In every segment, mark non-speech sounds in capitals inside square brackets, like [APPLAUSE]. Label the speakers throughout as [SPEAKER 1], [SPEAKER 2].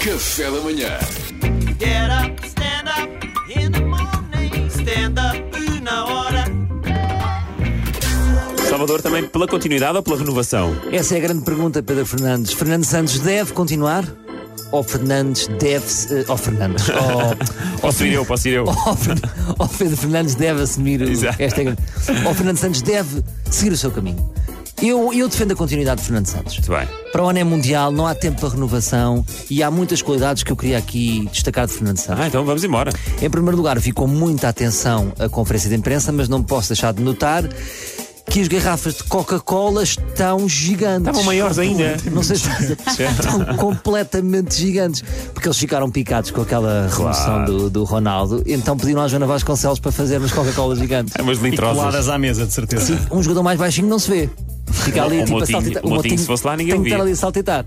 [SPEAKER 1] Café da manhã.
[SPEAKER 2] Get up, stand up in the morning. Stand up na hora.
[SPEAKER 3] Salvador também pela continuidade ou pela renovação?
[SPEAKER 4] Essa é a grande pergunta, Pedro Fernandes. Fernando Santos deve continuar? Ou Fernandes deve. eh, Ou Fernandes.
[SPEAKER 3] [LAUGHS]
[SPEAKER 4] Ou,
[SPEAKER 3] Posso ir eu, posso ir eu.
[SPEAKER 4] ou Fer- ou Pedro Fernandes deve assumir o,
[SPEAKER 3] Exato.
[SPEAKER 4] esta é grande. Ou Fernando Santos deve seguir o seu caminho. Eu, eu defendo a continuidade de Fernando Santos.
[SPEAKER 3] Muito bem.
[SPEAKER 4] Para o ano é mundial, não há tempo para renovação e há muitas qualidades que eu queria aqui destacar de Fernando Santos.
[SPEAKER 3] Ah, então vamos embora.
[SPEAKER 4] Em primeiro lugar, vi com muita atenção a conferência de imprensa, mas não posso deixar de notar que as garrafas de Coca-Cola estão gigantes.
[SPEAKER 3] Estavam maiores ainda.
[SPEAKER 4] Não sei se estão completamente gigantes. Porque eles ficaram picados com aquela remoção do, do Ronaldo. Então pediram à Joana Vasconcelos para fazer umas Coca-Cola gigantes.
[SPEAKER 3] É umas litrosas.
[SPEAKER 5] Coladas à mesa, de certeza.
[SPEAKER 4] Um jogador mais baixinho não se vê. Fica ali
[SPEAKER 3] O
[SPEAKER 4] tipo a
[SPEAKER 3] Moutinho-
[SPEAKER 4] saltitar.
[SPEAKER 3] o Moutinho, se fosse lá, ninguém
[SPEAKER 4] tem que
[SPEAKER 3] via.
[SPEAKER 4] estar ali a saltitar.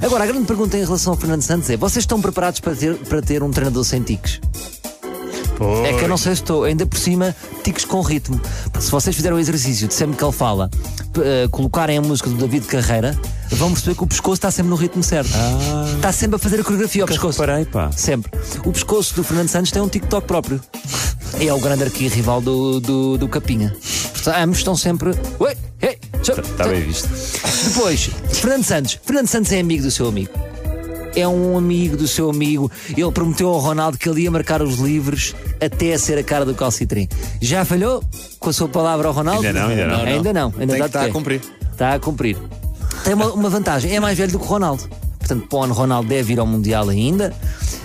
[SPEAKER 4] Agora, a grande pergunta em relação ao Fernando Santos é: vocês estão preparados para ter, para ter um treinador sem tiques? É que eu não sei se estou, ainda por cima, tiques com ritmo. Porque se vocês fizerem o exercício de sempre que ele fala, p- eh, colocarem a música do David Carreira, vão perceber que o pescoço está sempre no ritmo certo.
[SPEAKER 3] Ah.
[SPEAKER 4] Está sempre a fazer a coreografia ao pescoço.
[SPEAKER 3] Parei, pá.
[SPEAKER 4] Sempre. O pescoço do Fernando Santos tem um TikTok próprio. E é o grande arqui-rival do, do, do Capinha. Portanto, ambos estão sempre. Ué, ei, tchau,
[SPEAKER 3] Está Tá bem visto.
[SPEAKER 4] depois, Fernando Santos. Fernando Santos é amigo do seu amigo. É um amigo do seu amigo. Ele prometeu ao Ronaldo que ele ia marcar os livros até a ser a cara do calcitrim. Já falhou com a sua palavra ao Ronaldo?
[SPEAKER 3] Ainda não, ainda não.
[SPEAKER 4] Ainda não. Ainda
[SPEAKER 5] Tem
[SPEAKER 4] dá
[SPEAKER 5] que
[SPEAKER 4] de
[SPEAKER 5] estar a
[SPEAKER 4] pé.
[SPEAKER 5] cumprir.
[SPEAKER 4] Está a cumprir. Tem uma, uma vantagem. É mais velho do que o Ronaldo. Portanto, para o ano, Ronaldo deve ir ao Mundial ainda.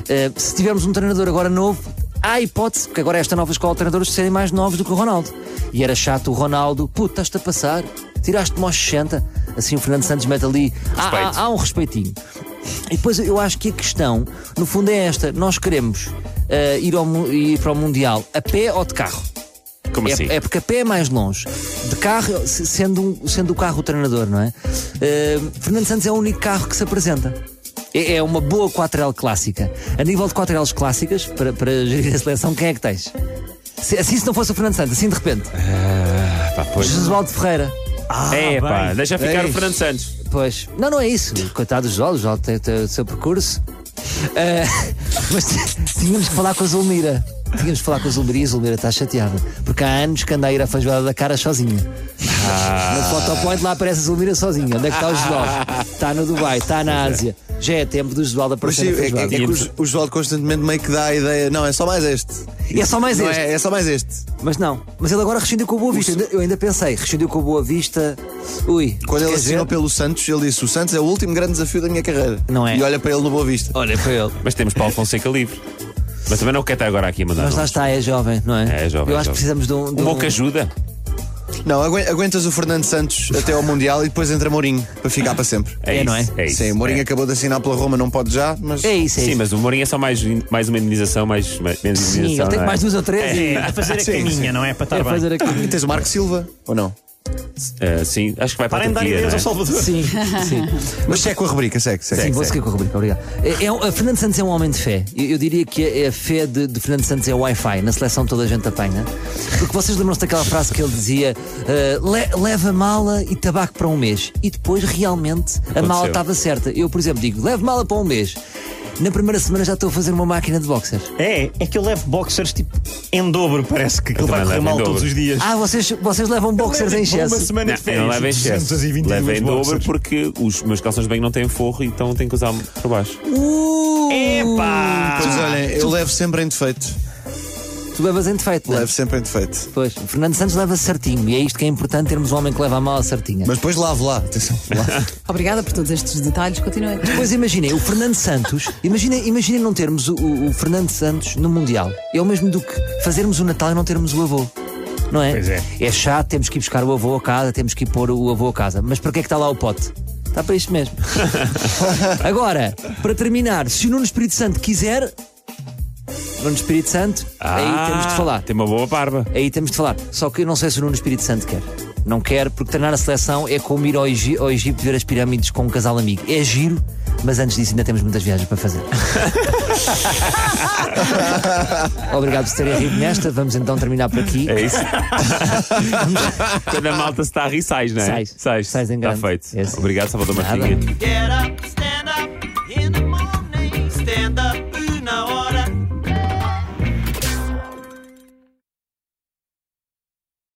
[SPEAKER 4] Eh, se tivermos um treinador agora novo, há hipótese, porque agora esta nova escola de treinadores serem mais novos do que o Ronaldo. E era chato o Ronaldo, puto, estás-te a passar, tiraste-me aos 60. Assim o Fernando Santos mete ali. Há- há-
[SPEAKER 3] Respeito.
[SPEAKER 4] há um respeitinho. E depois eu acho que a questão, no fundo, é esta: nós queremos eh, ir, ao mu- ir para o Mundial a pé ou de carro?
[SPEAKER 3] Como
[SPEAKER 4] é,
[SPEAKER 3] assim?
[SPEAKER 4] é porque a pé é mais longe. De carro, se- sendo, um- sendo o carro o treinador, não é? Eh, Fernando Santos é o único carro que se apresenta. É é uma boa 4L clássica. A nível de 4Ls clássicas, para, para gerir a seleção, quem é que tens? Se, assim, se não fosse o Fernando Santos, assim de repente.
[SPEAKER 3] Ah, Pá, pois.
[SPEAKER 4] Jesualdo Ferreira.
[SPEAKER 3] é, pá, deixa ficar o
[SPEAKER 5] Eis.
[SPEAKER 3] Fernando Santos.
[SPEAKER 4] Pois. Não, não é isso. Coitado do João, o João tem, tem o seu percurso. Ah, [LAUGHS] mas tínhamos que falar com a Zulmira. Tínhamos que falar com a Zulmira e a Zulmira está chateada. Porque há anos que anda a ir à feijoada da cara sozinha.
[SPEAKER 5] Ah.
[SPEAKER 4] No Photopoint lá aparece a Zulmira sozinha. Onde é que está o João? Está no Dubai, está na Ásia. Já é tempo do João
[SPEAKER 5] Mas
[SPEAKER 4] aparecer
[SPEAKER 5] sim,
[SPEAKER 4] na
[SPEAKER 5] é, que- é
[SPEAKER 4] feijoada.
[SPEAKER 5] que o Ju- o João constantemente meio que dá a ideia. Não, é só mais este.
[SPEAKER 4] E é só mais
[SPEAKER 5] Não
[SPEAKER 4] este.
[SPEAKER 5] É, é só mais este.
[SPEAKER 4] Mas não. Mas ele agora rescindiu com a Boa Vista. Eu ainda- Eu ainda pensei, rescindiu com a Boa Vista. Ui.
[SPEAKER 5] Quando ele
[SPEAKER 4] quer
[SPEAKER 5] assinou
[SPEAKER 4] dizer,
[SPEAKER 5] pelo Santos, ele disse: O Santos é o último grande desafio da minha carreira.
[SPEAKER 4] Não é?
[SPEAKER 5] E olha para ele no Boa Vista.
[SPEAKER 4] Olha, foi ele.
[SPEAKER 3] Mas temos Paulo Fonseca livre. Mas também não quer estar agora aqui a mandar.
[SPEAKER 4] Mas lá
[SPEAKER 3] nomes.
[SPEAKER 4] está, é jovem, não é?
[SPEAKER 3] É, jovem,
[SPEAKER 4] Eu
[SPEAKER 3] jovem.
[SPEAKER 4] acho que precisamos de um. De
[SPEAKER 3] Um pouco ajuda.
[SPEAKER 5] Não, agu- aguentas o Fernando Santos até ao Mundial e depois entra Mourinho para ficar para sempre.
[SPEAKER 4] É,
[SPEAKER 3] isso,
[SPEAKER 4] não é?
[SPEAKER 3] É isso.
[SPEAKER 5] Sim, Mourinho
[SPEAKER 3] é.
[SPEAKER 5] acabou de assinar pela Roma, não pode já, mas.
[SPEAKER 4] É isso, é
[SPEAKER 3] Sim,
[SPEAKER 4] isso.
[SPEAKER 3] mas o Mourinho é só mais, mais uma indenização, mais, mais menos indenização.
[SPEAKER 4] Sim, eu tenho
[SPEAKER 3] não é?
[SPEAKER 4] mais duas ou três e
[SPEAKER 6] É, a fazer a
[SPEAKER 5] Sim,
[SPEAKER 6] caminha,
[SPEAKER 5] sim.
[SPEAKER 6] não é? Para estar
[SPEAKER 4] é
[SPEAKER 6] bem.
[SPEAKER 4] fazer
[SPEAKER 5] E
[SPEAKER 6] [LAUGHS]
[SPEAKER 4] aqui.
[SPEAKER 5] tens o Marco Silva, ou não?
[SPEAKER 3] Ah, sim, acho que vai para
[SPEAKER 6] Parem
[SPEAKER 3] a
[SPEAKER 6] de dar
[SPEAKER 3] Turquia,
[SPEAKER 6] ideias ao
[SPEAKER 3] não é?
[SPEAKER 6] Salvador.
[SPEAKER 4] Sim, sim.
[SPEAKER 5] Mas segue com a rubrica, segue, segue.
[SPEAKER 4] Sim, vou seguir com a rubrica, obrigado. É, é um- a Fernando Santos é um homem de fé. Eu, eu diria que a, a fé de, de Fernando Santos é o Wi-Fi. Na seleção toda a gente apanha. Porque vocês lembram-se daquela frase que ele dizia: eh, "Le- leva mala e tabaco para um mês. E depois, realmente, a
[SPEAKER 3] Aconteceu.
[SPEAKER 4] mala estava certa. Eu, por exemplo, digo: leve mala para um mês. Na primeira semana já estou a fazer uma máquina de boxers.
[SPEAKER 6] É, é que eu levo boxers tipo em dobro, parece que ele vai
[SPEAKER 3] também
[SPEAKER 6] correr
[SPEAKER 3] levo em
[SPEAKER 6] mal
[SPEAKER 3] dobro.
[SPEAKER 6] todos os dias.
[SPEAKER 4] Ah, vocês, vocês levam boxers em
[SPEAKER 6] Levo Uma
[SPEAKER 4] excesso.
[SPEAKER 6] semana de
[SPEAKER 3] Não, eu
[SPEAKER 6] férias.
[SPEAKER 3] não levo em excesso.
[SPEAKER 6] 221
[SPEAKER 3] Levo em dobro
[SPEAKER 6] boxers.
[SPEAKER 3] porque os meus calções de banho não têm forro, então tenho que usar para baixo.
[SPEAKER 4] Uh,
[SPEAKER 6] É. Epá!
[SPEAKER 5] Pois olhem, eu levo sempre em defeito.
[SPEAKER 4] Tu levas em defeito, não é?
[SPEAKER 5] Levo sempre em defeito.
[SPEAKER 4] Pois, o Fernando Santos leva certinho e é isto que é importante termos um homem que leva a mala certinha.
[SPEAKER 5] Mas depois lavo lá, atenção. lavo.
[SPEAKER 7] Obrigada por todos estes detalhes. Continuem.
[SPEAKER 4] Pois imaginem, o Fernando Santos, imaginem imaginem não termos o, o- o Fernando Santos no Mundial. É o mesmo do que fazermos o Natal e não termos o avô. Não é?
[SPEAKER 6] Pois é.
[SPEAKER 4] É chato, temos que ir buscar o avô a casa, temos que ir pôr o avô a casa. Mas para que é que está lá o pote? Está para isto
[SPEAKER 6] [LAUGHS]
[SPEAKER 4] mesmo. Agora, para terminar, se o Nuno Espírito Santo quiser. Nuno Espírito Santo, aí temos de
[SPEAKER 6] Ah.
[SPEAKER 4] falar.
[SPEAKER 3] Ah, Tem uma boa barba.
[SPEAKER 4] Aí temos de falar. Só que eu não sei se o Nuno Espírito Santo quer. Não quer, porque treinar a seleção é como ir ao, Egi- ao Egito ver as pirâmides com um casal amigo. É giro, mas antes disso ainda temos muitas viagens
[SPEAKER 3] [LAUGHS]
[SPEAKER 4] para fazer. Obrigado por terem rido nesta. Vamos então terminar por aqui.
[SPEAKER 3] É isso. Quando a malta se está a rir, sais, não é?
[SPEAKER 4] Sais. Sais em
[SPEAKER 3] Está
[SPEAKER 4] grande.
[SPEAKER 3] feito.
[SPEAKER 4] É assim.
[SPEAKER 3] Obrigado, Salvador
[SPEAKER 4] Nada.
[SPEAKER 3] Martinha.
[SPEAKER 2] Get up,